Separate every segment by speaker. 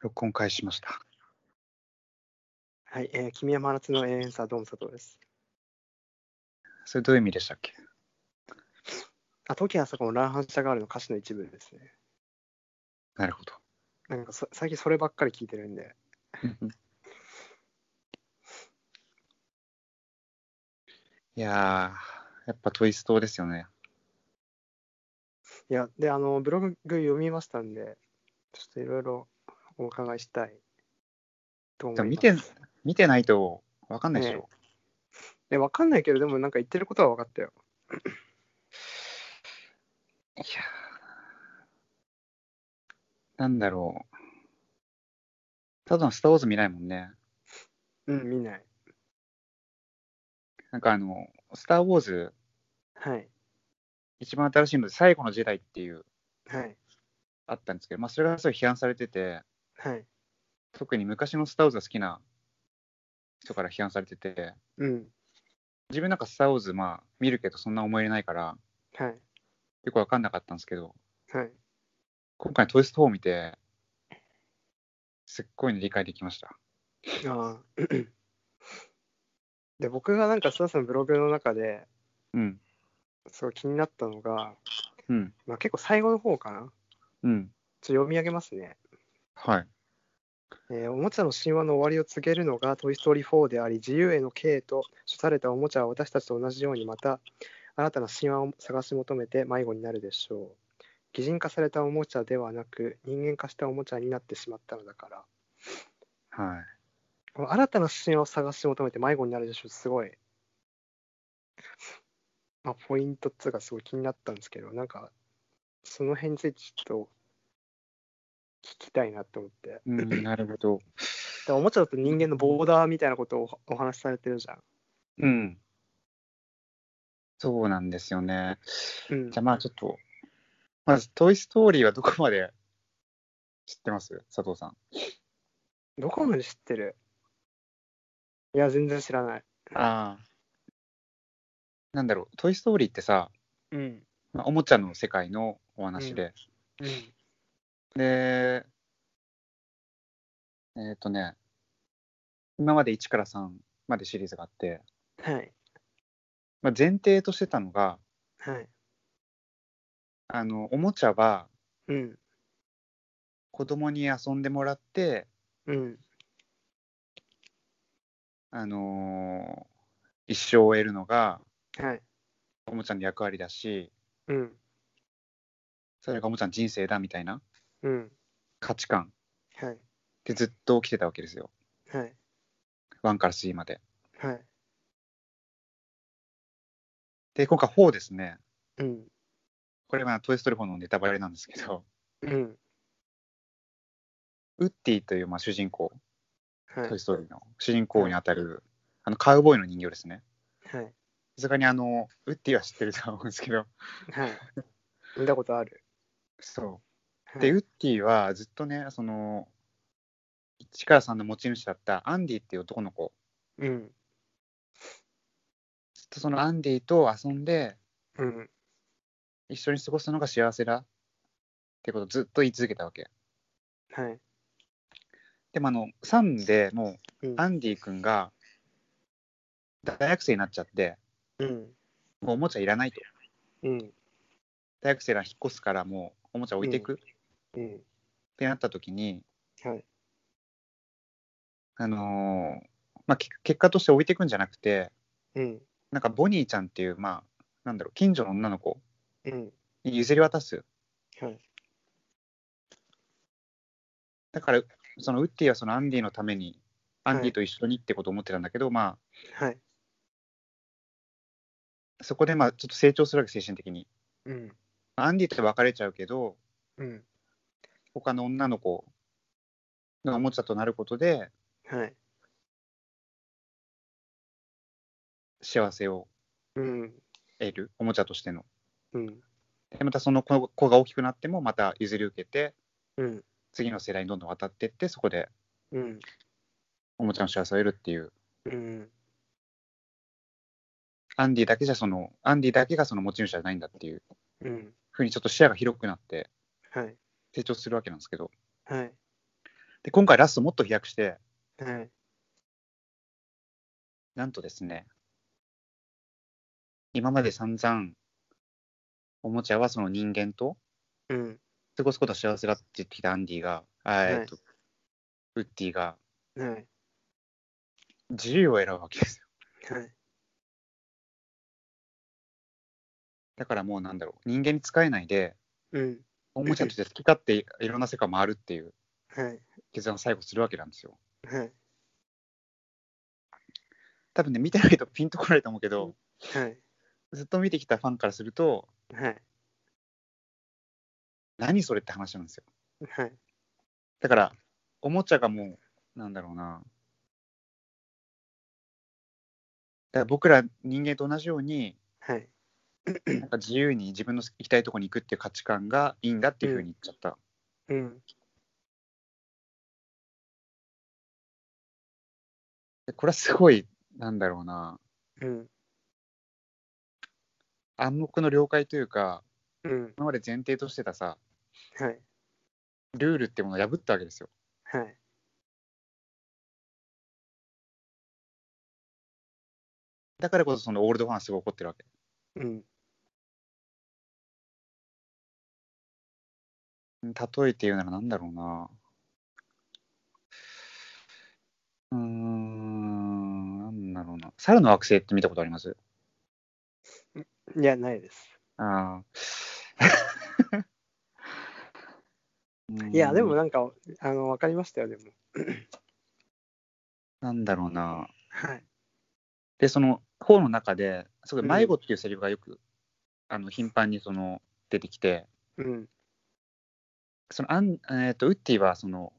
Speaker 1: 録音開始しました。
Speaker 2: はい、えー、君は真夏の永遠さ、どうも佐藤です。
Speaker 1: それどういう意味でしたっけ
Speaker 2: あ、時はそこの乱反射ガールの歌詞の一部ですね。
Speaker 1: なるほど。
Speaker 2: なんかそ最近そればっかり聞いてるんで。
Speaker 1: いやー、やっぱトイストーですよね。
Speaker 2: いや、で、あの、ブログ読みましたんで、ちょっといろいろお伺いしたいと思い
Speaker 1: で
Speaker 2: ます。
Speaker 1: も見て、見てないと分かんないでしょ。
Speaker 2: え、わかんないけど、でもなんか言ってることは分かったよ。
Speaker 1: いやーなんだろう。ただのスター・ウォーズ見ないもんね。
Speaker 2: うん、見ない。
Speaker 1: なんかあの、スター・ウォーズ
Speaker 2: はい、
Speaker 1: 一番新しいので最後の時代っていう、
Speaker 2: はい、
Speaker 1: あったんですけど、まあそれがすごい批判されてて、
Speaker 2: はい。
Speaker 1: 特に昔のスター・ウォーズが好きな人から批判されてて、
Speaker 2: うん、
Speaker 1: 自分なんかスター・ウォーズまあ見るけどそんな思い入れないから、
Speaker 2: はい、
Speaker 1: よく分かんなかったんですけど、
Speaker 2: はい。
Speaker 1: 今回トイストーを見て、すっごいね理解できました。
Speaker 2: ああ。 で、僕がなんか、須田さんのブログの中で、
Speaker 1: うん、
Speaker 2: すごい気になったのが、
Speaker 1: うん、
Speaker 2: まあ、結構最後の方かな。
Speaker 1: うん。
Speaker 2: ちょっと読み上げますね、
Speaker 1: はい。
Speaker 2: えーおもちゃの神話の終わりを告げるのが「トイ・ストーリー4」であり自由への敬意と処されたおもちゃは私たちと同じようにまた新たな神話を探し求めて迷子になるでしょう擬人化されたおもちゃではなく人間化したおもちゃになってしまったのだから
Speaker 1: はい。
Speaker 2: この新たな神話を探し求めて迷子になるでしょうすごい、まあ、ポイントっつうかすごい気になったんですけどなんかその辺についてちょっと聞きたいなと思って
Speaker 1: うん、なるほど。
Speaker 2: でおもちゃだと人間のボーダーみたいなことをおお話しされてるじゃん。
Speaker 1: うん。そうなんですよね。
Speaker 2: うん
Speaker 1: じゃあまあちょっと、まずトイストーリーはどこまで知ってます佐藤さん。
Speaker 2: どこまで知ってるいや、全然知らない。
Speaker 1: ああ。なんだろう、トイストーリーってさ、
Speaker 2: うん。
Speaker 1: まあ、おもちゃの世界のお話で、
Speaker 2: うん。
Speaker 1: で、えっ、とね、今まで1から3までシリーズがあって、
Speaker 2: はい。
Speaker 1: まあ、前提としてたのが、
Speaker 2: はい。
Speaker 1: あのおもちゃは
Speaker 2: うん。
Speaker 1: 子供に遊んでもらって、
Speaker 2: うん。
Speaker 1: あのー一生を得るのが
Speaker 2: はい。
Speaker 1: おもちゃの役割だし、
Speaker 2: うん。
Speaker 1: それがおもちゃの人生だみたいな
Speaker 2: うん。
Speaker 1: 価値観っ
Speaker 2: はい。
Speaker 1: てずっと起きてたわけですよ。
Speaker 2: はい。
Speaker 1: 1から3まで。
Speaker 2: はい。
Speaker 1: で、今回4ですね。
Speaker 2: うん。
Speaker 1: これはトイ・ストーリー4のネタバレなんですけど、
Speaker 2: うん。
Speaker 1: ウッディというまあ主人公、
Speaker 2: はい
Speaker 1: トイ・。ストーリーの主人公にあたる、あのカウボーイの人形ですね。
Speaker 2: はい。
Speaker 1: さすがにあの、ウッディは知ってると思うんですけど、
Speaker 2: はい。見たことある。
Speaker 1: そう。
Speaker 2: はい
Speaker 1: で、ウッディはずっとね、その、市川さんの持ち主だったアンディっていう男の子、
Speaker 2: うん。
Speaker 1: ずっとそのアンディと遊んで、
Speaker 2: うん。
Speaker 1: 一緒に過ごすのが幸せだってことをずっと言い続けたわけ。
Speaker 2: はい。
Speaker 1: でもあの、3でも
Speaker 2: う。
Speaker 1: うんアンディ君が大学生になっちゃって、
Speaker 2: うん。
Speaker 1: もうおもちゃいらないと。
Speaker 2: うん。
Speaker 1: 大学生が引っ越すからもうおもちゃ置いていくっ
Speaker 2: うん。
Speaker 1: てなった時に、
Speaker 2: はい。
Speaker 1: あのーまあ、け結果として置いていくんじゃなくて、
Speaker 2: うん。
Speaker 1: なんかボニーちゃんっていう、まあ、なんだろう、近所の女の子
Speaker 2: うん。
Speaker 1: に譲り渡す。
Speaker 2: はい。
Speaker 1: だから、そのウッディはそのアンディのために、アンディと一緒にってことを思ってたんだけど、ま
Speaker 2: はい。
Speaker 1: あ、そこでまあちょっと成長するわけ、精神的に。
Speaker 2: うん。
Speaker 1: アンディと別れちゃうけど、
Speaker 2: うん。
Speaker 1: 他の女の子のおもちゃとなることで、
Speaker 2: はい。
Speaker 1: 幸せを
Speaker 2: うん。
Speaker 1: 得る、おもちゃとしての。
Speaker 2: うん。
Speaker 1: で、またその子子が大きくなっても、また譲り受けて、
Speaker 2: うん。
Speaker 1: 次の世代にどんどん渡ってって、そこで
Speaker 2: うん。
Speaker 1: おもちゃの幸せを得るっていう。
Speaker 2: うん。
Speaker 1: アンディだけじゃその、アンディだけがその持ち主じゃないんだっていう
Speaker 2: うん。
Speaker 1: ふうにちょっと視野が広くなって
Speaker 2: はい。
Speaker 1: 成長するわけなんですけど、
Speaker 2: はい。
Speaker 1: で、今回ラストもっと飛躍して、
Speaker 2: はい。
Speaker 1: なんとですね、今まで散々、おもちゃはその人間と
Speaker 2: うん。
Speaker 1: 過ごすことは幸せだって言ってきたアンディが、あ
Speaker 2: い
Speaker 1: ーえっと、ウッディが
Speaker 2: はい。はい。
Speaker 1: 自由を選ぶわけですよ。だからもうなんだろう、人間に使えないで、
Speaker 2: うん。
Speaker 1: おもちゃとして好き勝手いろんな世界を回るっていう
Speaker 2: はい。
Speaker 1: 決断を最後するわけなんですよ。
Speaker 2: はい。
Speaker 1: 多分ね、見てないとピンとこないと思うけど、
Speaker 2: はい。
Speaker 1: ずっと見てきたファンからすると、
Speaker 2: はい。
Speaker 1: 何それって話なんですよ。
Speaker 2: はい。
Speaker 1: だから、おもちゃがもう、なんだろうな。だから僕ら人間と同じように、
Speaker 2: はい。
Speaker 1: なんか自由に自分の行きたいところに行くっていう価値観がいいんだっていうふうに言っちゃった。
Speaker 2: うん。
Speaker 1: でこれはすごい、なんだろうな。
Speaker 2: うん。
Speaker 1: 暗黙の了解というか、
Speaker 2: うん。
Speaker 1: 今まで前提としてたさ、
Speaker 2: はい。
Speaker 1: ルールってものを破ったわけですよ。
Speaker 2: はい。
Speaker 1: だからこそ、そのオールドファンはすごい怒ってるわけ。
Speaker 2: うん。
Speaker 1: 例えて言うならなんだろうな。うーん、なんだろうな。猿の惑星って見たことあります
Speaker 2: いや、ないです。
Speaker 1: あ あ。
Speaker 2: いや、でも
Speaker 1: な、
Speaker 2: なんか、あの、わかりましたよ、でも。
Speaker 1: なんだろうな。
Speaker 2: はい。
Speaker 1: で、その、本の中で、すごい、
Speaker 2: うん
Speaker 1: 迷子っていうセリフがよく、あの、頻繁にその、出てきて、
Speaker 2: うん。
Speaker 1: その、アン、えっ、と、ウッディは、その、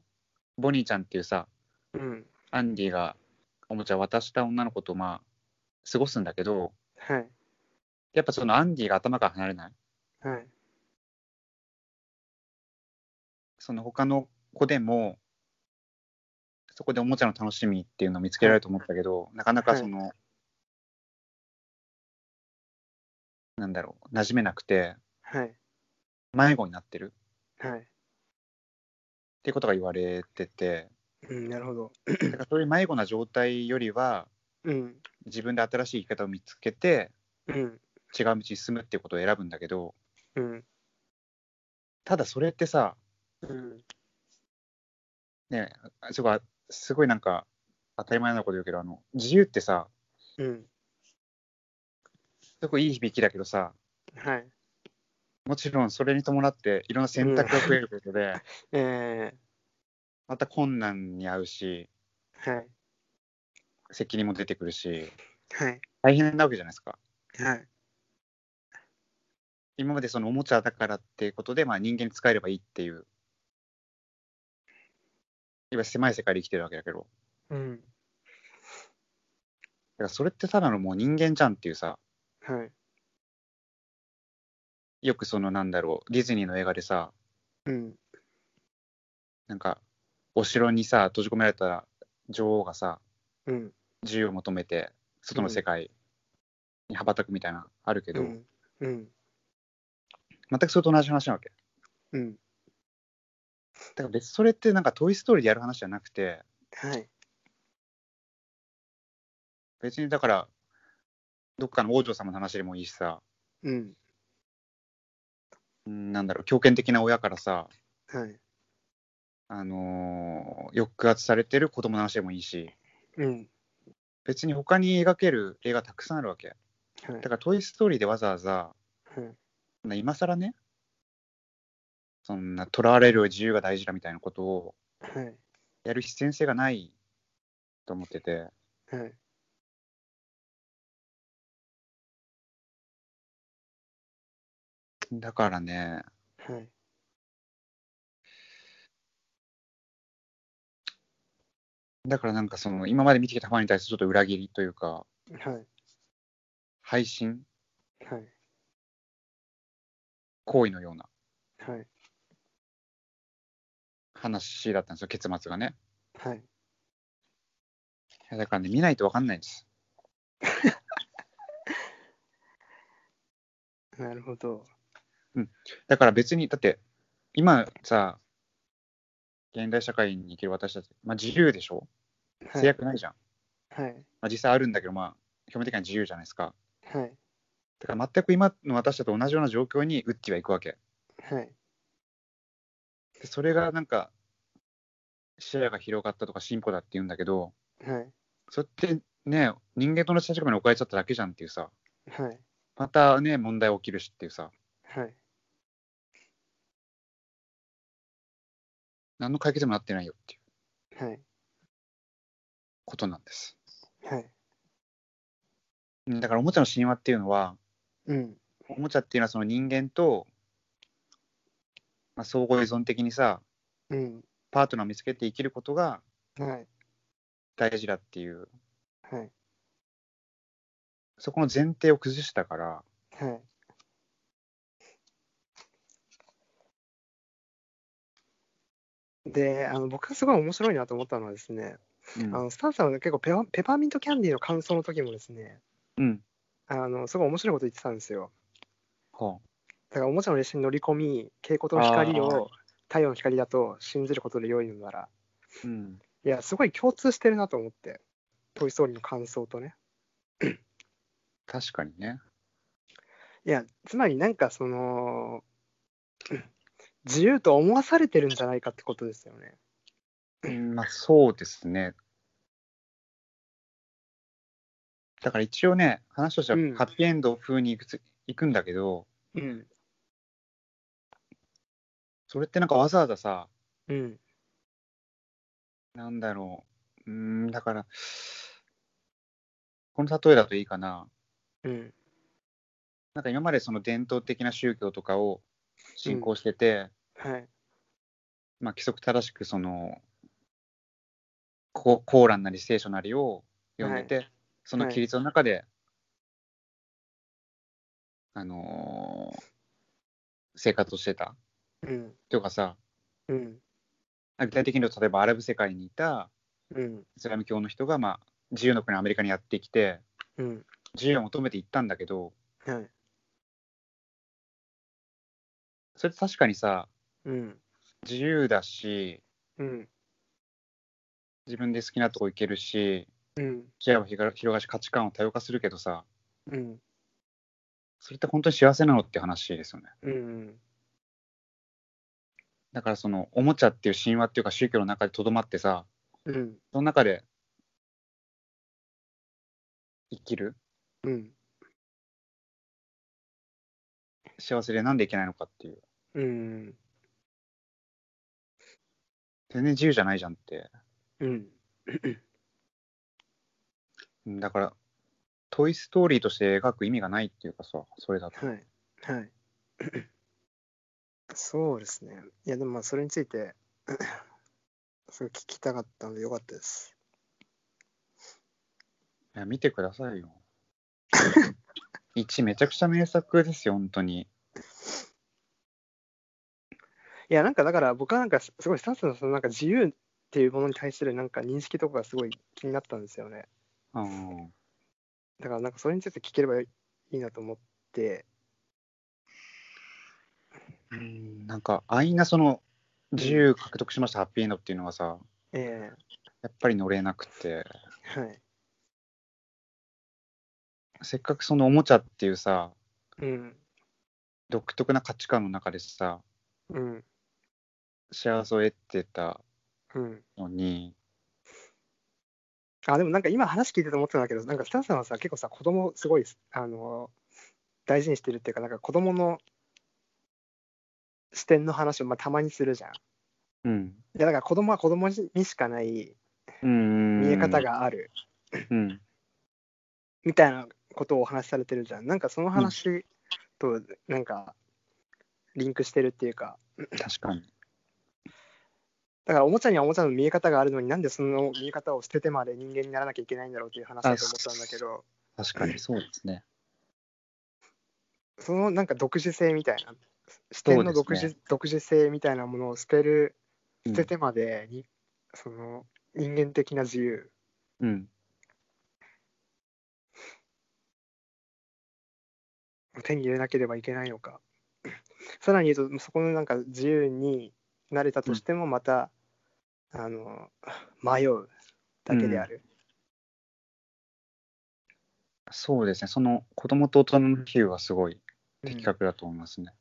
Speaker 1: ボニーちゃんっていうさ、
Speaker 2: うん。
Speaker 1: アンディがおもちゃを渡した女の子と、まあ、過ごすんだけど、
Speaker 2: はい。
Speaker 1: やっぱそのアンディが頭から離れない。
Speaker 2: はい。
Speaker 1: その他の子でも、そこでおもちゃの楽しみっていうのを見つけられると思ったけど、なかなかその、なんだろう、馴染めなくて、
Speaker 2: はい。
Speaker 1: 迷子になってる
Speaker 2: はい。
Speaker 1: っていうことが言われてて、
Speaker 2: うん、なるほど。
Speaker 1: だからそういう迷子な状態よりは、
Speaker 2: うん。
Speaker 1: 自分で新しい生き方を見つけて、
Speaker 2: うん。
Speaker 1: 違う道に進むっていうことを選ぶんだけど、
Speaker 2: うん。
Speaker 1: ただそれってさ、
Speaker 2: うん。
Speaker 1: ね、すごい、すごいなんか、当たり前なこと言うけど、あの、自由ってさ、
Speaker 2: うん。
Speaker 1: すごいいい響きだけどさ、
Speaker 2: はい。
Speaker 1: もちろんそれに伴っていろんな選択が増えることで、
Speaker 2: え
Speaker 1: また困難に遭うし、
Speaker 2: ー、はい。
Speaker 1: 責任も出てくるし、
Speaker 2: はい。
Speaker 1: 大変なわけじゃないですか。
Speaker 2: はい。
Speaker 1: 今までそのおもちゃだからっていうことで、まあ、人間に使えればいいっていう、今狭い世界で生きてるわけだけど、
Speaker 2: うん。
Speaker 1: だからそれってただのもう人間じゃんっていうさ、
Speaker 2: はい。
Speaker 1: よくそのなんだろう、ディズニーの映画でさ、
Speaker 2: うん。
Speaker 1: なんか、お城にさ、閉じ込められた女王がさ、
Speaker 2: うん。
Speaker 1: 自由を求めて、外の世界に羽ばたくみたいな、あるけ
Speaker 2: う
Speaker 1: ど、
Speaker 2: ん。うん。
Speaker 1: 全くそれと同じ話なわけ。
Speaker 2: うん。
Speaker 1: だから別にそれってなんかトイ・ストーリーでやる話じゃなくて、
Speaker 2: はい。
Speaker 1: 別にだから、どっかの王女様の話でもいいしさ、
Speaker 2: うん。
Speaker 1: うんなんだろう、強権的な親からさ、
Speaker 2: はい。
Speaker 1: あのー抑圧されてる子供の話でもいいし、
Speaker 2: うん。
Speaker 1: 別に他に描ける映画たくさんあるわけ。
Speaker 2: はい
Speaker 1: だから、トイ・ストーリーでわざわざ、そ
Speaker 2: はい。
Speaker 1: んな今更ね、そんな囚われるより自由が大事だみたいなことを
Speaker 2: はい。
Speaker 1: やる必然性がないと思ってて、
Speaker 2: はい。
Speaker 1: だからね、
Speaker 2: はい。
Speaker 1: だからなんかその、今まで見てきたファンに対するちょっと裏切りというか、
Speaker 2: はい。
Speaker 1: 配信
Speaker 2: はい。
Speaker 1: 行為のような
Speaker 2: はい。
Speaker 1: 話だったんですよ、結末がね。
Speaker 2: はい。
Speaker 1: いやだからね、見ないと分かんないです。
Speaker 2: なるほど。
Speaker 1: だから別に、だって、今さ、現代社会に生きる私たち、まあ、自由でしょ
Speaker 2: は
Speaker 1: 制
Speaker 2: い。
Speaker 1: 約ないじゃん、
Speaker 2: はい。
Speaker 1: まあ、実際あるんだけど、まあ、表面的には自由じゃないですか
Speaker 2: はい。
Speaker 1: だから全く今の私たちと同じような状況にウッディは行くわけ
Speaker 2: はい。
Speaker 1: でそれがなんか視野が広がったとか進歩だって言うんだけど
Speaker 2: はい。
Speaker 1: それってね人間との社会に置かれちゃっただけじゃんっていうさ
Speaker 2: はい。
Speaker 1: またね問題起きるしっていうさ
Speaker 2: はい。
Speaker 1: 何の解決にもなってないよっていう
Speaker 2: はい。
Speaker 1: ことなんです
Speaker 2: はい。
Speaker 1: うんだからおもちゃの神話っていうのは
Speaker 2: うん。
Speaker 1: おもちゃっていうのはその人間と、まあ、相互依存的にさ
Speaker 2: うん。
Speaker 1: パートナーを見つけて生きることが
Speaker 2: はい。
Speaker 1: 大事だっていう
Speaker 2: はい。
Speaker 1: そこの前提を崩したから
Speaker 2: はい。で、あの僕がすごい面白いなと思ったのはですね、
Speaker 1: うん
Speaker 2: あのスタンさんは結構ペパペパーミントキャンディーの感想の時もですね、
Speaker 1: うん
Speaker 2: あのすごい面白いこと言ってたんですよ。
Speaker 1: ほ
Speaker 2: だからおもちゃの列車に乗り込み、蛍光灯の光
Speaker 1: あ
Speaker 2: を太陽の光だと信じることで良いのなら、
Speaker 1: ううん
Speaker 2: いや、すごい共通してるなと思って、トイ・ストーリーの感想とね。
Speaker 1: 確かにね
Speaker 2: いや、つまりなんかその、 自由と思わされてるんじゃないかってことですよね。
Speaker 1: うんまあそうですね。だから一応ね、話としては
Speaker 2: うん
Speaker 1: ハッピーエンド風にいくつ、いくんだけど、
Speaker 2: うん。
Speaker 1: それってなんかわざわざさ、
Speaker 2: うん。
Speaker 1: なんだろう、うーん、だから、この例えだといいかな。
Speaker 2: うん。
Speaker 1: なんか今までその伝統的な宗教とかを信仰してて、
Speaker 2: はい。
Speaker 1: まあ規則正しくその、ココーランなり聖書なりを読んでて、その規律の中で、あのー生活をしてた。
Speaker 2: うん。
Speaker 1: というかさ、
Speaker 2: うん。
Speaker 1: 具体的に言うと例えばアラブ世界にいた
Speaker 2: うん。
Speaker 1: イスラム教の人が、まあ、自由の国アメリカにやってきて、
Speaker 2: うん。
Speaker 1: 自由を求めていったんだけど、
Speaker 2: はい。
Speaker 1: それって確かにさ、
Speaker 2: うん。
Speaker 1: 自由だし、
Speaker 2: うん。
Speaker 1: 自分で好きなとこ行けるし、
Speaker 2: うん。
Speaker 1: 視野を広が広がるし価値観を多様化するけどさ、
Speaker 2: うん。
Speaker 1: それって本当に幸せなのって話ですよね。
Speaker 2: うん。
Speaker 1: だからそのおもちゃっていう神話っていうか宗教の中でとどまってさ
Speaker 2: うん。
Speaker 1: その中で生きる
Speaker 2: うん。
Speaker 1: 幸せでなんでいけないのかっていう
Speaker 2: うん。
Speaker 1: 全然自由じゃないじゃんって
Speaker 2: うん。
Speaker 1: うんだから「トイ・ストーリー」として描く意味がないっていうかさそれだと
Speaker 2: はい。はい。そうですね。いや、でもまあ、それについて、 すごい聞きたかったので、よかったです。
Speaker 1: いや見てください よ1めちゃくちゃ名作ですよ本当に
Speaker 2: いや、なんかだから、僕はなんか、すごい、スタンスのそのなんか自由っていうものに対するなんか認識とかがすごい気になったんですよね。
Speaker 1: うん
Speaker 2: だから、なんかそれについて聞ければいいなと思って、
Speaker 1: うんなんかあいなその自由獲得しましたハッピーエンドっていうのがさ
Speaker 2: え
Speaker 1: やっぱり乗れなくて
Speaker 2: えはい。
Speaker 1: せっかくそのおもちゃっていうさ
Speaker 2: うん。
Speaker 1: 独特な価値観の中でさ
Speaker 2: うん。
Speaker 1: 幸せを得てた
Speaker 2: うん。
Speaker 1: のに
Speaker 2: あ、でもなんか今話聞いてて思ってたんだけど、なんかスタンさんはさ、結構さ、子供すごい、あの、大事にしてるっていうか、なんか子供の視点の話をまあたまにするじゃん。い
Speaker 1: うん
Speaker 2: や、だから子供は子供にしかない見
Speaker 1: 見
Speaker 2: え方がある
Speaker 1: うん
Speaker 2: みたいなことをお話しされてるじゃん。なんかその話と、なんか、リンクしてるっていうか、
Speaker 1: 確かに
Speaker 2: だからおもちゃにはおもちゃの見え方があるのになんでその見え方を捨ててまで人間にならなきゃいけないんだろうっていう話だと思ったんだけど、
Speaker 1: 確かにそうですね
Speaker 2: そのなんか独自性みたいな、視点の
Speaker 1: そう
Speaker 2: 独
Speaker 1: です
Speaker 2: 自,、
Speaker 1: ね
Speaker 2: 独自性みたいなものを捨てる、
Speaker 1: う
Speaker 2: 捨
Speaker 1: ん
Speaker 2: ててまでに、その人間的な自由、
Speaker 1: うん
Speaker 2: 手に入れなければいけないのか。 さらに言うと、そこのなんか自由になれたとしても、またあの迷うだけである。
Speaker 1: そうですね、その子供と大人の比喩はすごい的確だと思いますね。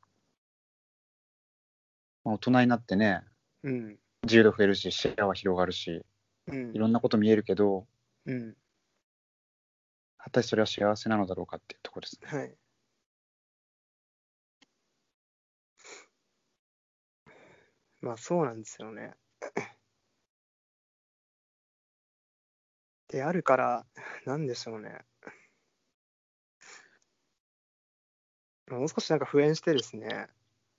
Speaker 1: まあ、大人になってね、
Speaker 2: うん。
Speaker 1: 自由度増えるし、視野は広がるし、
Speaker 2: うん。
Speaker 1: いろんなこと見えるけど、
Speaker 2: うん。
Speaker 1: 果たしてそれは幸せなのだろうかっていうところですね。
Speaker 2: はい。まあそうなんですよね。であるから、なんでしょうね。もう少しなんか普遍してですね。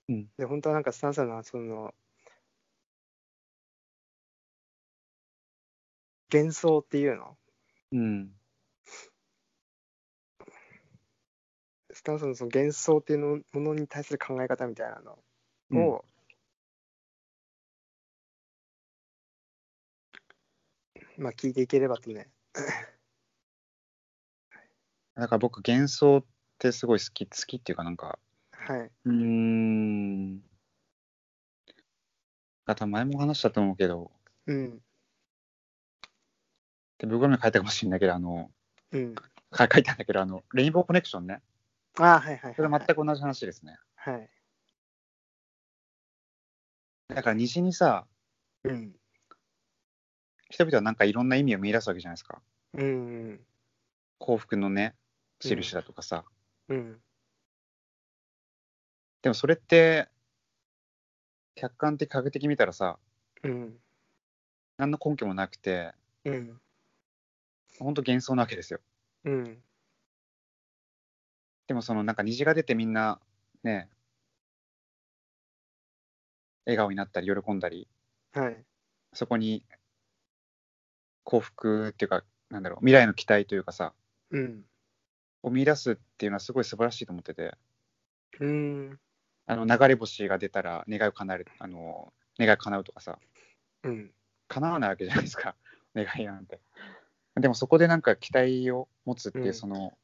Speaker 1: うん
Speaker 2: で、本当はなんかスタンさんのその、幻想っていうの
Speaker 1: うん。
Speaker 2: スタンさんのその幻想っていうのものに対する考え方みたいなの
Speaker 1: うん
Speaker 2: を、まあ聞いていければとね。
Speaker 1: だから僕、幻想ってすごい好き、好きっていうかなんか、
Speaker 2: はい。
Speaker 1: うーん。あと前も話したと思うけど、
Speaker 2: うん。
Speaker 1: で僕も書いたかもしれないけど、あの、
Speaker 2: うん。
Speaker 1: か書いたんだけど、あの、レインボーコネクションね。
Speaker 2: ああ、はいはいはい、はい。
Speaker 1: それ全く同じ話ですね。
Speaker 2: はい。
Speaker 1: だから西にさ、
Speaker 2: うん。
Speaker 1: 人々はなんかいろんな意味を見出すわけじゃないですか。
Speaker 2: うん。
Speaker 1: 幸福のね、印だとかさ。
Speaker 2: うん。
Speaker 1: でもそれって、客観的、科学的に見たらさ、
Speaker 2: うん。
Speaker 1: 何の根拠もなくて、
Speaker 2: うん。
Speaker 1: 本当幻想なわけですよ。
Speaker 2: うん。
Speaker 1: でもそのなんか虹が出てみんなね、笑顔になったり喜んだり、
Speaker 2: はい。
Speaker 1: そこに幸福っていうか、なんだろう、未来の期待というかさ、
Speaker 2: うん。
Speaker 1: を見出すっていうのはすごい素晴らしいと思ってて、
Speaker 2: うん。
Speaker 1: あの流れ星が出たら願いを叶える、あの、願い叶うとかさ、
Speaker 2: うん。
Speaker 1: 叶わないわけじゃないですか、 願いなんて。でもそこでなんか期待を持つっていうう、
Speaker 2: ん
Speaker 1: その、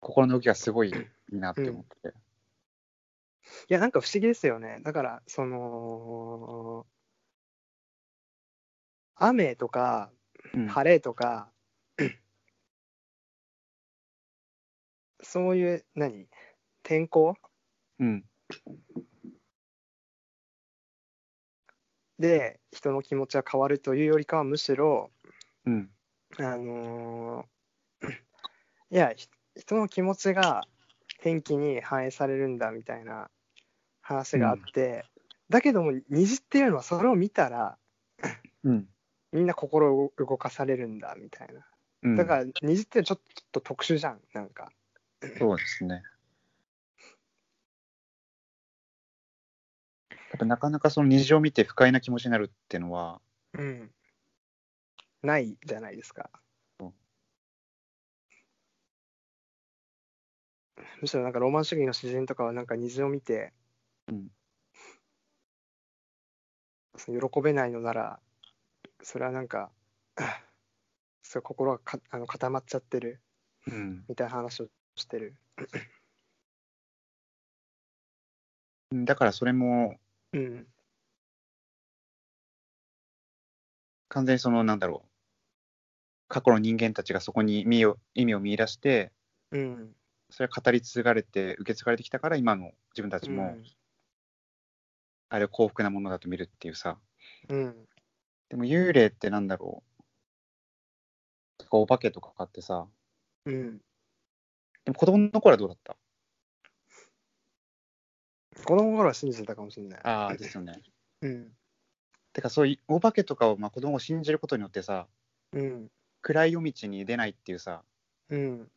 Speaker 1: 心の動きがすごいいいなって思ってて。
Speaker 2: いや、なんか不思議ですよね。だから、その、雨とか、
Speaker 1: うん
Speaker 2: 晴れとか、そういう、何天候
Speaker 1: うん。
Speaker 2: で人の気持ちは変わるというよりかは、むしろ、
Speaker 1: うん。
Speaker 2: あのー いや、ひ人の気持ちが天気に反映されるんだみたいな話があって、だけども、虹っていうのはそれを見たら、
Speaker 1: うん。
Speaker 2: みんな心を動かされるんだみたいな。
Speaker 1: うん
Speaker 2: だから、虹ってちょっと特殊じゃん、なんか。
Speaker 1: そうですね。やっぱなかなかその虹を見て不快な気持ちになるっていうのは、
Speaker 2: うん。ないじゃないですか
Speaker 1: うん。
Speaker 2: むしろなんかロマン主義の詩人とかはなんか虹を見て、
Speaker 1: うん
Speaker 2: その喜べないのならそれはなんか そう心がかあの固まっちゃってる
Speaker 1: うん、
Speaker 2: みたいな話をしてる。
Speaker 1: だからそれも
Speaker 2: うん、
Speaker 1: 完全にそのなんだろう過去の人間たちがそこに意味を意味を見出して
Speaker 2: うん、
Speaker 1: それは語り継がれて受け継がれてきたから今の自分たちもあれを幸福なものだと見るっていうさ
Speaker 2: うん、
Speaker 1: でも幽霊ってなんだろうとかお化けとかってさ
Speaker 2: うん。
Speaker 1: でも子供の頃はどうだった
Speaker 2: 子供の頃は信じてたかもしれない。
Speaker 1: ああですよね
Speaker 2: うん、
Speaker 1: てかそういうお化けとかをまあ子供を信じることによってさ
Speaker 2: うん、
Speaker 1: 暗い夜道に出ないっていうさ
Speaker 2: うん、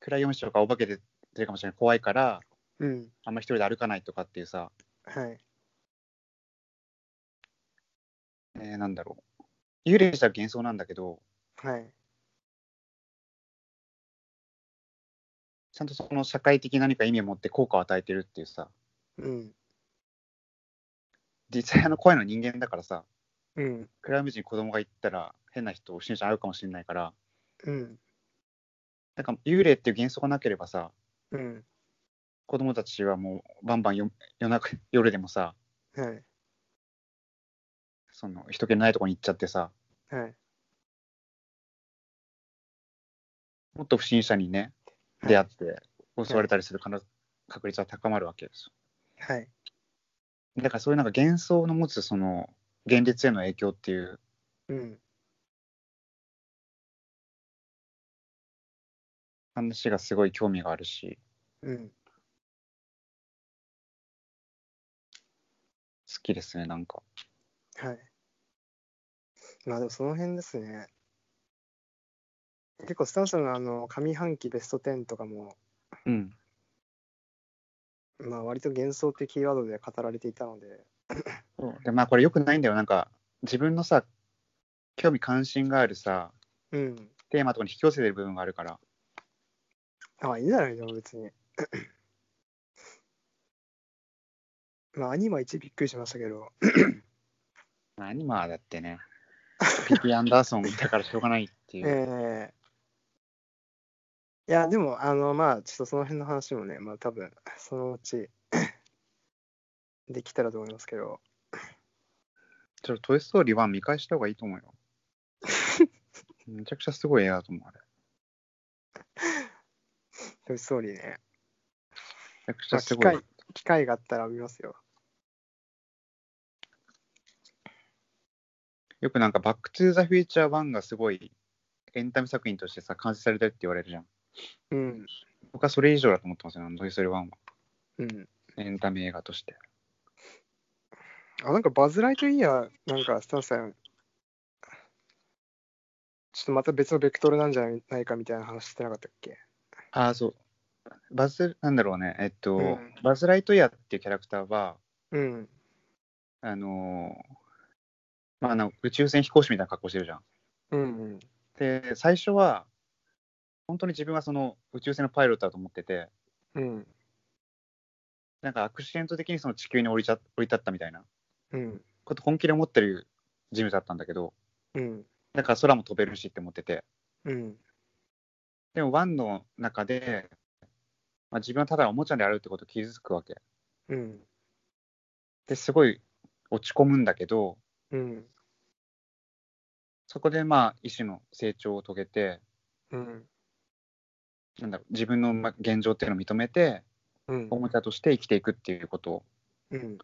Speaker 1: 暗い夜道とかお化けで出るかもしれない怖いから
Speaker 2: うん。
Speaker 1: あんま一人で歩かないとかっていうさ、
Speaker 2: はい。
Speaker 1: えー、なんだろう幽霊自体は幻想なんだけど
Speaker 2: はい。
Speaker 1: ちゃんとその社会的何か意味を持って効果を与えてるっていうさ
Speaker 2: うん。
Speaker 1: 実際あの声の人間だからさ
Speaker 2: うん。
Speaker 1: 暗い道に子供が行ったら変な人不審者に会うかもしれないから
Speaker 2: うん。
Speaker 1: なんか幽霊っていう幻想がなければさ
Speaker 2: うん。
Speaker 1: 子供たちはもうバンバン夜夜中夜でもさ
Speaker 2: はい。
Speaker 1: その人気のないとこに行っちゃってさ
Speaker 2: はい。
Speaker 1: もっと不審者にね
Speaker 2: はい
Speaker 1: 出会って襲われたりする可能確率は高まるわけです
Speaker 2: はい。
Speaker 1: よだからそういうなんか幻想の持つその現実への影響っていう
Speaker 2: うん。
Speaker 1: 話がすごい興味があるし
Speaker 2: う
Speaker 1: 好
Speaker 2: ん。
Speaker 1: きですねなんか
Speaker 2: はい。まあでもその辺ですね。結構スターさんのあの上半期ベスト10とかも、
Speaker 1: うん
Speaker 2: まあ割と幻想的キーワードで語られていたので、
Speaker 1: でまあこれよくないんだよなんか自分のさ興味関心があるさ
Speaker 2: うん。
Speaker 1: テーマとかに引き寄せてる部分があるから
Speaker 2: あ、いいんじゃないの別に。まあ、アニマ1びっくりしましたけど、
Speaker 1: アニマーだって ねピピ・アンダーソンだからしょうがないっていう、
Speaker 2: ええいや、でも、あの、まあ、ちょっとその辺の話もね、まあ、多分、そのうち、できたらと思いますけど、
Speaker 1: ちょっとトイ・ストーリー1見返した方がいいと思う よ。めちゃくちゃすごい映画だと思う、あれ。
Speaker 2: トイストーリーね、
Speaker 1: めちゃくち
Speaker 2: ま
Speaker 1: ゃ
Speaker 2: あ、
Speaker 1: す
Speaker 2: 機
Speaker 1: ごい
Speaker 2: 会。、機会があったら見ますよ。
Speaker 1: よくなんか、バック・トゥ・ザ・フューチャー1がすごいエンタメ作品としてさ、完成されてるって言われるじゃん。
Speaker 2: うん、
Speaker 1: 僕はそれ以上だと思ってますよ、あのトイ・ストーリー1は。
Speaker 2: うん。
Speaker 1: エンタメ映画として。
Speaker 2: あ、なんか、バズ・ライトイヤー、なんか、スタンさん、ちょっとまた別のベクトルなんじゃないかみたいな話してなかったっけ
Speaker 1: ああ、そう。バズ、なんだろうね、えっと、
Speaker 2: うん
Speaker 1: バズ・ライトイヤーっていうキャラクターは、
Speaker 2: うん、
Speaker 1: あのーまあ、あの宇宙船飛行士みたいな格好してるじゃん。
Speaker 2: うん、うん。
Speaker 1: で、最初は、本当に自分はその宇宙船のパイロットだと思ってて、
Speaker 2: うん。
Speaker 1: なんかアクシデント的にその地球に降りちゃ降り立ったみたいな
Speaker 2: うん。
Speaker 1: こと本気で思ってる人物だったんだけど、
Speaker 2: うん。
Speaker 1: だから空も飛べるしって思ってて、
Speaker 2: うん。
Speaker 1: でもワンの中で、まあ、自分はただおもちゃであるってことを傷つくわけ。
Speaker 2: うん。
Speaker 1: ですごい落ち込むんだけど、
Speaker 2: うん。
Speaker 1: そこでまあ一種の成長を遂げて、
Speaker 2: うん。
Speaker 1: なんだろう自分のまあ現状っていうのを認めて、
Speaker 2: うん。
Speaker 1: おもちゃとして生きていくっていうこと
Speaker 2: うん。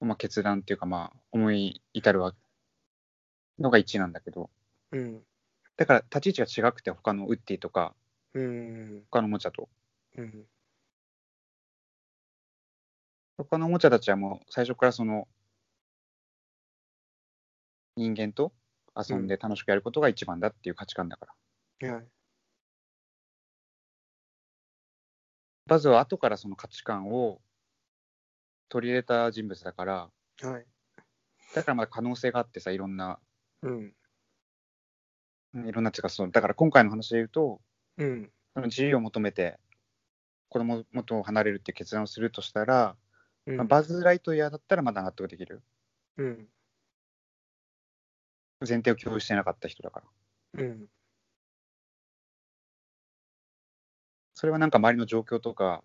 Speaker 1: を、まあ、決断っていうかまあ思い至るわのが1なんだけど、
Speaker 2: うん。
Speaker 1: だから立ち位置が違くて他のウッディとか
Speaker 2: うん。
Speaker 1: 他のおもちゃと。
Speaker 2: うん。
Speaker 1: 他のおもちゃたちはもう最初からその人間と遊んで楽しくやることが一番だっていう価値観だから、
Speaker 2: はい。
Speaker 1: バズは後からその価値観を取り入れた人物だから
Speaker 2: はい。
Speaker 1: だからまだ可能性があってさいろんな
Speaker 2: うん。
Speaker 1: うんいろんなっていうかそのだから今回の話で言うと
Speaker 2: うん。
Speaker 1: その自由を求めて子供元を離れるっていう決断をするとしたら、
Speaker 2: うん。
Speaker 1: まあバズ・ライトイヤーだったらまだ納得できる
Speaker 2: うん。
Speaker 1: 前提を共有してなかった人だから
Speaker 2: うん。
Speaker 1: それはなんか周りの状況とか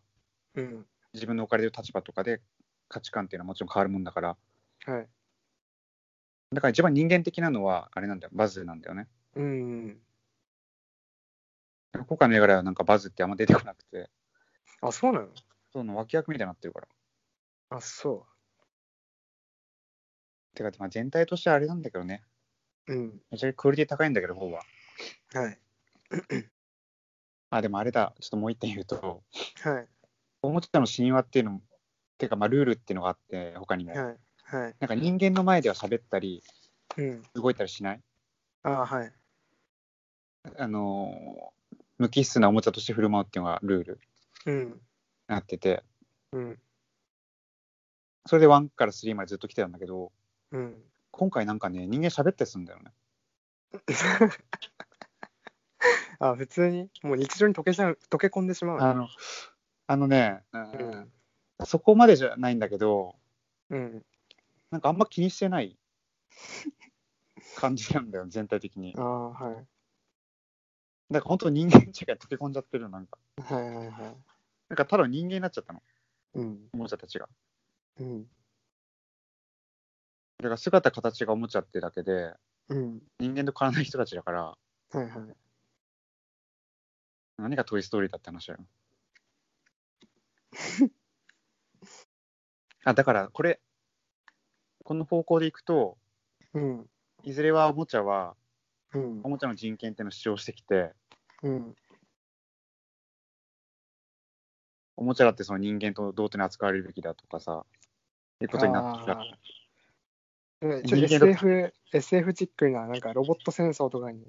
Speaker 2: うん。
Speaker 1: 自分の置かれてる立場とかで価値観っていうのはもちろん変わるもんだから
Speaker 2: はい。
Speaker 1: だから一番人間的なのはあれなんだよバズなんだよね
Speaker 2: うん。
Speaker 1: 今回の映画ではなんかバズってあんま出てこなくて
Speaker 2: あ、そうなの
Speaker 1: その脇役みたいになってるから
Speaker 2: あ、そ
Speaker 1: てかまあ全体としてはあれなんだけどね
Speaker 2: う。うん。
Speaker 1: めちゃくちゃクオリティ高いんだけど方は
Speaker 2: はい。
Speaker 1: あでもあれだちょっともう一点言うと
Speaker 2: はい。
Speaker 1: おもちゃの神話っていうのもてかまあルールっていうのがあって他にも、
Speaker 2: はい。はい。
Speaker 1: なんか人間の前では喋ったり
Speaker 2: うん。
Speaker 1: 動いたりしない
Speaker 2: あ、はい。
Speaker 1: あのー無機質なおもちゃとして振る舞うっていうのがルールに
Speaker 2: うん。
Speaker 1: なってて
Speaker 2: うん。
Speaker 1: それで1から3までずっと来てたんだけど
Speaker 2: うん。
Speaker 1: 今回なんかね人間喋ったりするんだよね
Speaker 2: あ、普通に、もう日常に溶けちゃう、溶け込んでしまう。
Speaker 1: あのあのね、う
Speaker 2: うんん。
Speaker 1: そこまでじゃないんだけど
Speaker 2: うん。
Speaker 1: なんかあんま気にしてない 感じなんだよ全体的に
Speaker 2: あ、はい。
Speaker 1: だから本当人間違い溶け込んじゃってるのなんか
Speaker 2: はいはいはい。
Speaker 1: なんかただの人間になっちゃったの
Speaker 2: うん。
Speaker 1: おもちゃたちが
Speaker 2: うん。
Speaker 1: だから姿形がおもちゃってだけで、
Speaker 2: うん。
Speaker 1: 人間と変わらない人たちだから、
Speaker 2: はいはい。
Speaker 1: 何がトイ・ストーリーだって話だよ。 あ、だからこれ、この方向でいくと、
Speaker 2: うん。
Speaker 1: いずれはおもちゃは、
Speaker 2: うん
Speaker 1: お。もちゃの人権っていうのを主張してきて、
Speaker 2: うん。
Speaker 1: おもちゃだってその人間と同等に扱われるべきだとかさ、いうことになってきた
Speaker 2: あ。ーなんかちょっと
Speaker 1: 人間の
Speaker 2: SF、SF チックな、なんかロボット戦争とかに。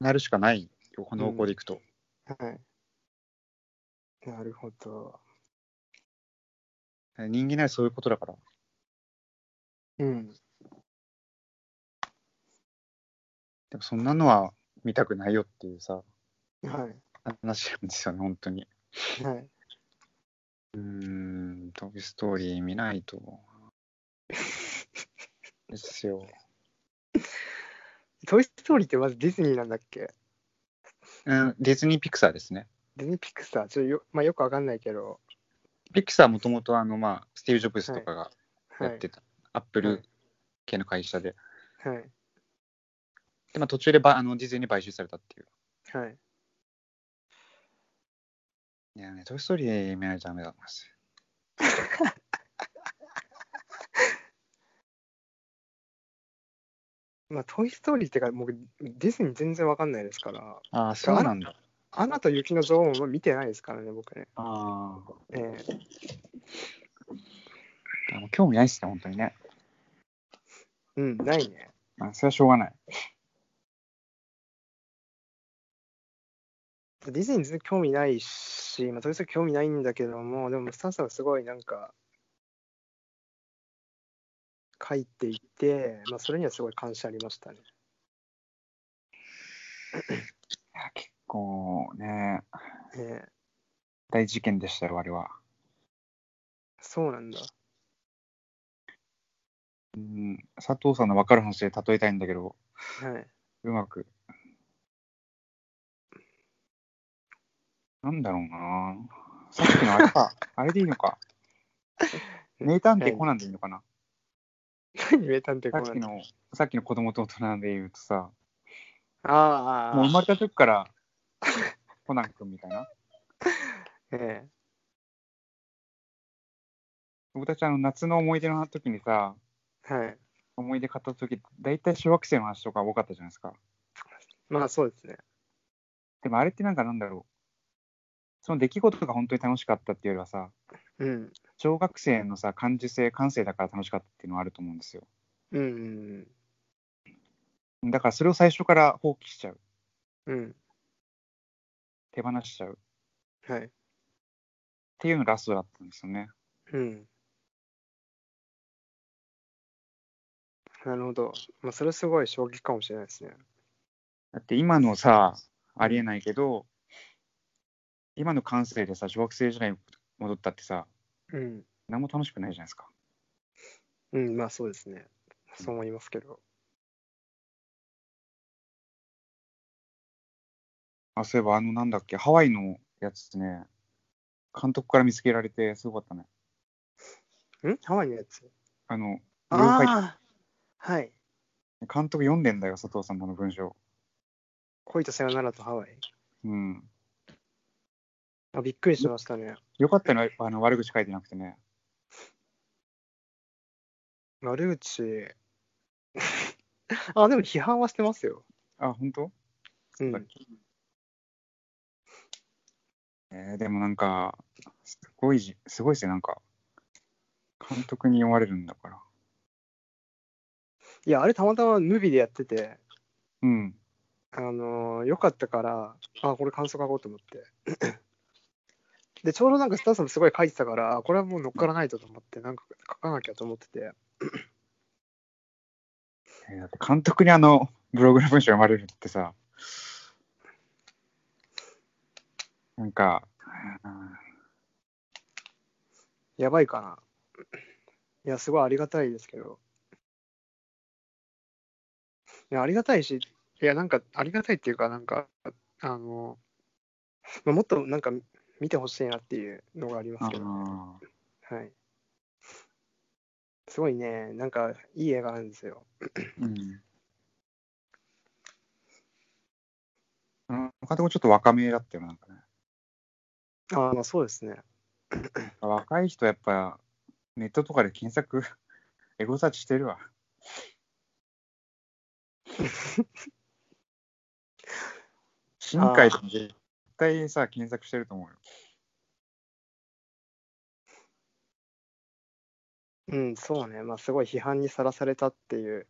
Speaker 1: なるしかないよ、この方向でいくと。
Speaker 2: はい。なるほど。
Speaker 1: 人間ならそういうことだから。
Speaker 2: うん。
Speaker 1: でもそんなのは見たくないよっていうさ、
Speaker 2: は
Speaker 1: 話なんですよね、本当に。
Speaker 2: い。はい。
Speaker 1: うーん、トイ・ストーリー見ないと。 ですよ。
Speaker 2: トイ・ストーリーってまずディズニーなんだっけ
Speaker 1: うん、ディズニー・ピクサーですね。
Speaker 2: ディズニーピクサーちょっとよ,、まあ、よくわかんないけど。
Speaker 1: ピクサーはもともとあの、まあ、スティーブ・ジョブズとかが
Speaker 2: は
Speaker 1: や
Speaker 2: い。
Speaker 1: ってた、アップル系の会社で。
Speaker 2: はい。
Speaker 1: で、まあ、途中でばあのディズニーに買収されたっていう。
Speaker 2: はい。
Speaker 1: いやね、トイ・ストーリー見ないとダメだと思います。
Speaker 2: まあ、トイ・ストーリーってか、僕、ディズニー全然わかんないですから、
Speaker 1: ああ、そうなんだ。
Speaker 2: アナと雪の女王も見てないですからね、僕ね。
Speaker 1: あ
Speaker 2: ええ
Speaker 1: あ、もう興味ないっすね、本当にね。
Speaker 2: うん、ないね。
Speaker 1: あそれはしょうがない。
Speaker 2: ディズニー全然興味ないし、まあ、トイ・ストーリー興味ないんだけども、でも、スタンさんはすごいなんか、書いていて、まあ、それにはすごい感謝ありましたね。
Speaker 1: いや結構ね、
Speaker 2: ええ
Speaker 1: 大事件でしたよ、あれは。
Speaker 2: そうなんだ。
Speaker 1: うん、佐藤さんの分かる話で例えたいんだけど、
Speaker 2: はい。
Speaker 1: うまく。なんだろうなさっきのあれ か、あれでいいのか。名探偵コナンでいいのかな。
Speaker 2: 何、名探偵コ
Speaker 1: さっ
Speaker 2: ナ
Speaker 1: き
Speaker 2: ン
Speaker 1: の、さっきの子供と大人で言うとさ、
Speaker 2: ああ、
Speaker 1: もう生まれた時から、コナン君みたいな。
Speaker 2: え
Speaker 1: 僕たちあの夏の思い出の時にさ、
Speaker 2: えはい。
Speaker 1: 思い出語った時、大体小学生の話とか多かったじゃないですか。
Speaker 2: まあ、そうですね。
Speaker 1: でもあれってなんかなんだろう。その出来事が本当に楽しかったっていうよりはさ、
Speaker 2: うん。
Speaker 1: 小学生のさ、感受性、感性だから楽しかったっていうのはあると思うんですよ。
Speaker 2: うんうん
Speaker 1: だからそれを最初から放棄しちゃう。
Speaker 2: うん。うん。
Speaker 1: 手放しちゃう。っ
Speaker 2: はい。
Speaker 1: ていうのがラストだったんですよね。
Speaker 2: うん。なるほど。まあ、それすごい衝撃かもしれないですね。
Speaker 1: だって今のさ、ありえないけど、今の感性でさ、小学生時代に戻ったってさ、
Speaker 2: うん。
Speaker 1: 何も楽しくないじゃないですか。
Speaker 2: うん、まあそうですね。そう思いますけど。
Speaker 1: あ、そういえばあのなんだっけ、ハワイのやつね、監督から見つけられてすごかったね。
Speaker 2: んハワイのやつ。
Speaker 1: あの、了解
Speaker 2: ああはい。
Speaker 1: 監督読んでんだよ、佐藤さんのあの文章。
Speaker 2: 恋とさよならとハワイ。
Speaker 1: うん。
Speaker 2: あびっくりしましたね。
Speaker 1: よかったのはあの悪口書いてなくてね。
Speaker 2: 悪口。 あ、でも批判はしてますよ。
Speaker 1: あ、本当、
Speaker 2: うん。
Speaker 1: えーでもなんか、すごいじ、すごいですね、なんか。監督に読まれるんだから。
Speaker 2: いや、あれたまたまムービーでやってて、
Speaker 1: うん。
Speaker 2: あのー良かったから、あ、これ感想書こうと思って。で、ちょうどなんかスタッフさんもすごい書いてたから、あこれはもう乗っからないとと思って、なんか書かなきゃと思ってて。
Speaker 1: えーだって監督にあの、ブログの文章読まれるってさ、なんか、うん
Speaker 2: やばいかな。いや、すごいありがたいですけど。いや、ありがたいし、いや、なんか、ありがたいっていうか、なんか、あの、まあ、もっとなんか見てほしいなっていうのがありますけど、
Speaker 1: あー
Speaker 2: はい。すすごいね、なんかいい映画なんですよ。
Speaker 1: うん。うん、他でもちょっと若めだったよな、なんかね。
Speaker 2: ああ、まあそうですね。
Speaker 1: 若い人はやっぱ、ネットとかで検索、 エゴサーチしてる わ。新海さん絶対さ、検索してると思うよ。
Speaker 2: うん、そうね。まあすごい批判にさらされたっていう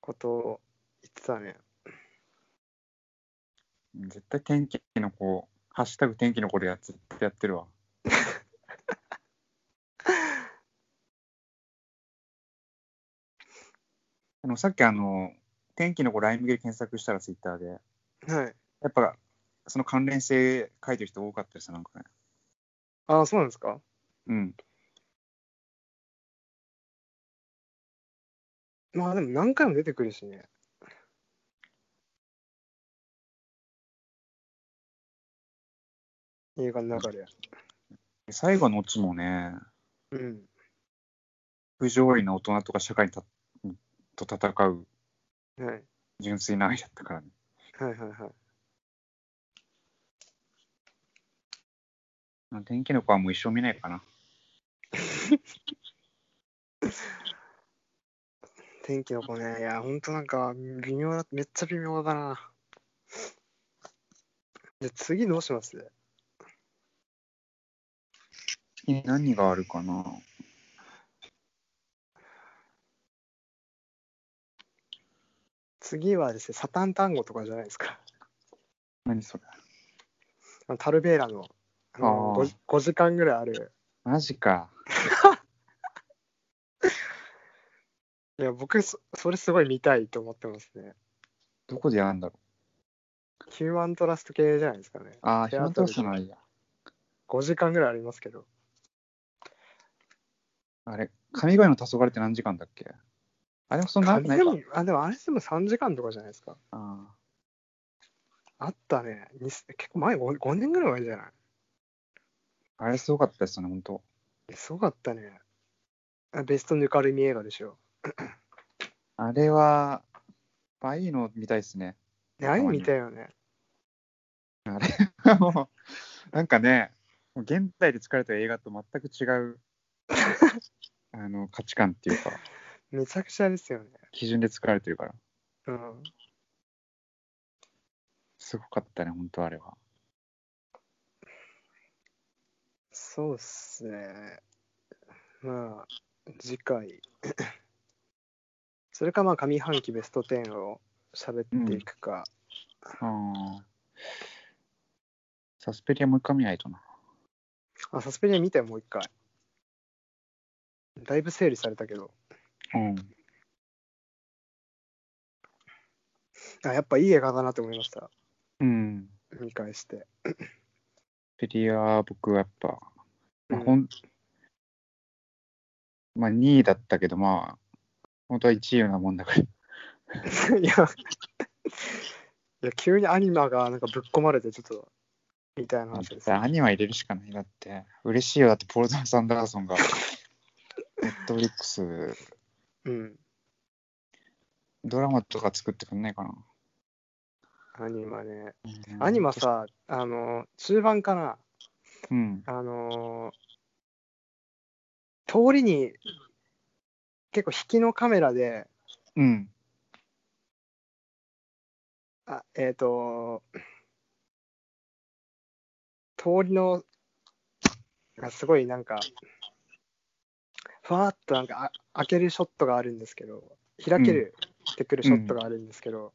Speaker 2: ことを言ってたね。
Speaker 1: うん絶対天気の子、ハッシュタグ天気の子でやつ絶対やってるわ。 でもさっきあの、天気の子ライムゲで検索したらツイッターで、や
Speaker 2: はい。
Speaker 1: っぱその関連性書いてる人多かったですなんかね。
Speaker 2: ああ、そうなんですか
Speaker 1: うん。
Speaker 2: まあでも何回も出てくるしね。映画の中で。
Speaker 1: 最後のオチもね、
Speaker 2: うん。
Speaker 1: 不条理な大人とか社会にたと戦う
Speaker 2: はい。
Speaker 1: 純粋な愛だったからね。
Speaker 2: はいはいはい。
Speaker 1: まあ天気の子はもう一生見ないかな。
Speaker 2: 天気の子ね、いや、ほんとなんか、微妙だ、めっちゃ微妙だな。で、次どうします
Speaker 1: 次何があるかな。
Speaker 2: 次はですね、サタン単語とかじゃないですか。
Speaker 1: 何それ。
Speaker 2: あのタルベーラのあの
Speaker 1: あー
Speaker 2: 5, 5時間ぐらいある。
Speaker 1: マジか。
Speaker 2: いや、僕そ、それすごい見たいと思ってますね。
Speaker 1: どこでやるんだろ
Speaker 2: ヒューマントラスト系じゃないですかね。
Speaker 1: う。ああ、ヒ
Speaker 2: テア
Speaker 1: ューマン
Speaker 2: ト
Speaker 1: トラ
Speaker 2: ルで
Speaker 1: ストならいいや。
Speaker 2: 5時間ぐらいありますけど。
Speaker 1: あれ、神々の黄昏って何時間だっけあれもそんな
Speaker 2: 紙
Speaker 1: ない
Speaker 2: で
Speaker 1: か
Speaker 2: も。、あ、でもあれでも3時間とかじゃないですか。
Speaker 1: あ
Speaker 2: あったね。に結構前5、5年ぐらい前じゃない
Speaker 1: ーあれすごかったですよね、本当。
Speaker 2: えすごかったね。あベストぬかるみ映画でしょ。
Speaker 1: あれは、バイのみたいですね。
Speaker 2: ね、ああいうの見たよね。
Speaker 1: あれもうなんかね、もう現代で作られた映画と全く違 うあの価値観っていうか、
Speaker 2: めちゃくちゃですよね。
Speaker 1: 基準で作られてるから、
Speaker 2: うん。
Speaker 1: すごかったね、本当あれは。
Speaker 2: そうっすね。まあ、次回。 それかまあ、上半期ベスト10を喋っていくか。
Speaker 1: ああ。サスペリアもう一回見ないとな。
Speaker 2: あ、サスペリア見たよ、もう一回。だいぶ整理されたけど。
Speaker 1: うん。
Speaker 2: あ、やっぱいい映画だなと思いました。
Speaker 1: うん。
Speaker 2: 見返して。
Speaker 1: ペリアは僕はやっぱ、まあ
Speaker 2: うん
Speaker 1: ほんまあ、2位だったけど、まあ、本当は1位ようなもんだから。
Speaker 2: いや、いや急にアニマがなんかぶっ込まれて、ちょっと、みたいな話です。
Speaker 1: アニは入れるしかない。だって、嬉しいよ。だって、ポール・ダンス・アンダーソンが、ネットフリックス、
Speaker 2: うん。
Speaker 1: ドラマとか作ってくんないかな。
Speaker 2: アニマね。アニマさ、あの、中盤かな。
Speaker 1: うん。
Speaker 2: あのー通りに結構引きのカメラで、
Speaker 1: うん。
Speaker 2: あえっ、と通りの、あすごいなんか、ふわーっとなんかあ開けるショットがあるんですけど、開ける、ってくるショットがあるんですけど、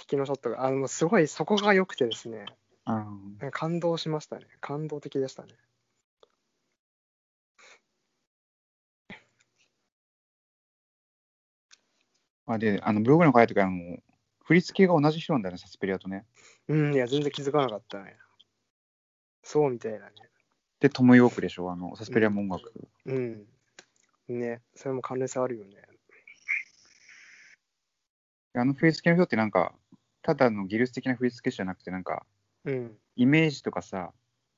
Speaker 2: 引きのショットが、あの、すごいそこが良くてですね、
Speaker 1: あの
Speaker 2: なんか感動しましたね。感動的でしたね。
Speaker 1: あで、あのブログにも書いてあるけどあの、振り付けが同じ人なんだよね、サスペリアとね。
Speaker 2: うん、いや、全然気づかなかったね。そうみたいなね。
Speaker 1: で、トム・ヨークでしょ、あのサスペリアも音楽。
Speaker 2: うん。ね、それも関連性あるよね。
Speaker 1: であの振り付けの人って、なんか、ただの技術的な振り付け師じゃなくて、なんか、
Speaker 2: うん。
Speaker 1: イメージとかさ、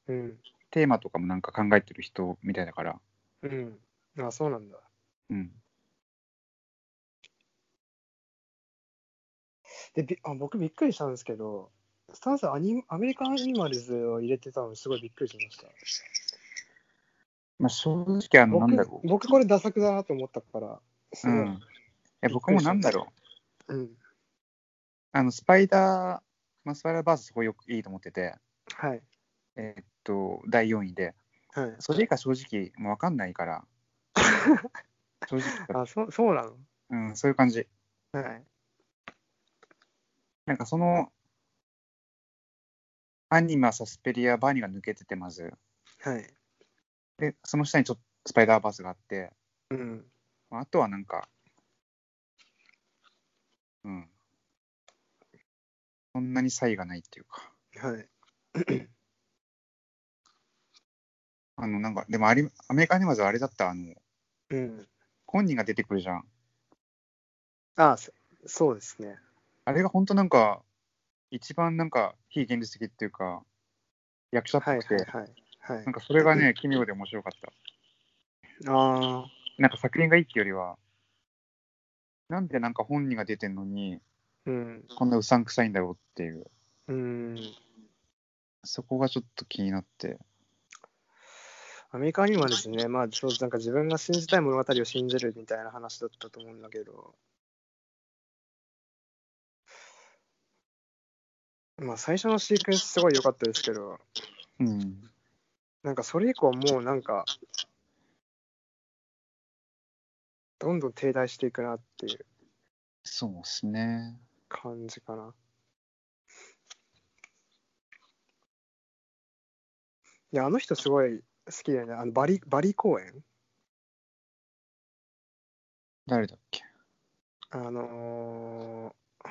Speaker 2: うん。
Speaker 1: テーマとかもなんか考えてる人みたいだから、
Speaker 2: うん。あ、そうなんだ。
Speaker 1: うん。
Speaker 2: で、びあ僕びっくりしたんですけど、スタンスアニアメリカンアニマルズを入れてたのすごいびっくりしました。
Speaker 1: まあ、正直、あの、なんだろ
Speaker 2: 僕僕これダ作だなと思ったから、す
Speaker 1: う。う
Speaker 2: ごい
Speaker 1: ん。いや、僕もなんだろう。
Speaker 2: うん。
Speaker 1: あの、スパイダー、まあ、スパイダーバースすごいよくいいと思ってて、
Speaker 2: はい。
Speaker 1: えーっと、第4位で、
Speaker 2: はい、
Speaker 1: それ以下正直、もう分かんないから、正直言ったら、
Speaker 2: あそ、そうなの
Speaker 1: うん、そういう感じ。
Speaker 2: はい。
Speaker 1: なんかその、アニマ、サスペリア、バーニが抜けてて、まず。
Speaker 2: はい。
Speaker 1: で、その下にちょっとスパイダーバースがあって、
Speaker 2: うん。
Speaker 1: まああとはなんか、うん。そんなに差異がないっていうか。
Speaker 2: はい。
Speaker 1: あの、なんか、でもありアメリカアニマルズはあれだった、あの、
Speaker 2: うん。
Speaker 1: 本人が出てくるじゃん。
Speaker 2: あそそうですね。
Speaker 1: あれが本当なんか、一番なんか、非現実的っていうか、役者っぽ
Speaker 2: はい
Speaker 1: くて、
Speaker 2: はいはい。はい
Speaker 1: なん、かそれがね、奇妙で面白かった。
Speaker 2: ああ、
Speaker 1: なんか作品がいいっていうよりは、なんでなんか本人が出てんのに、
Speaker 2: うん。
Speaker 1: こんなうさんくさいんだろうっていう、
Speaker 2: うん。
Speaker 1: そこがちょっと気になって。
Speaker 2: アメリカにはですね、まあ、そうなんか自分が信じたい物語を信じるみたいな話だったと思うんだけど、まあ、最初のシークエンスすごい良かったですけど、
Speaker 1: うん。
Speaker 2: なんかそれ以降もうなんか、どんどん停滞していくなっていう
Speaker 1: そうですね。
Speaker 2: 感じかな。いや、あの人すごい好きだよね。あのバリ、バリ公演
Speaker 1: 誰だっけ
Speaker 2: あのー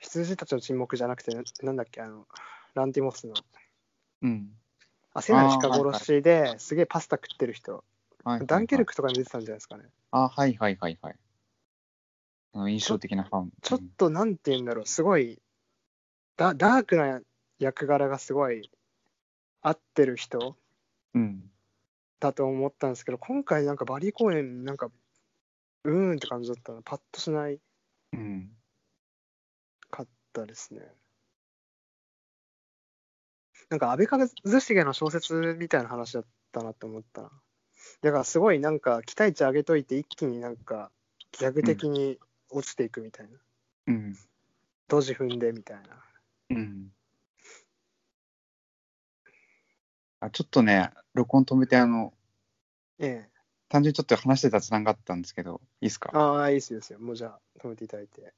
Speaker 2: 羊たちの沈黙じゃなくて、ななんだっけ、あの、ランティモスの、
Speaker 1: うん。
Speaker 2: あ、セナ鹿殺しですげえパスタ食ってる人、
Speaker 1: はいはいはい
Speaker 2: ダンケルクとかに出てたんじゃないですかね。
Speaker 1: あ、はいはいはいはい。あの印象的なファン。
Speaker 2: ちょっとなんて言うんだろう、すごい、ダダークな役柄がすごい合ってる人
Speaker 1: うん。
Speaker 2: だと思ったんですけど、今回なんかバリー公演、なんか、うーんって感じだったな、パッとしない
Speaker 1: うん。
Speaker 2: かったですね。なんか、安倍一茂の小説みたいな話だったなと思ったな。だから、すごいなんか、期待値上げといて、一気になんか、ギャグ的に落ちていくみたいな。
Speaker 1: うん。
Speaker 2: ドジ踏んでみたいな。
Speaker 1: うん。あ、ちょっとね、録音止めて、あの、
Speaker 2: ええ。
Speaker 1: 単純にちょっと話してたつながあったんですけど、いいですか
Speaker 2: ああ、いいですよ、いいですよ。もうじゃあ、止めていただいて。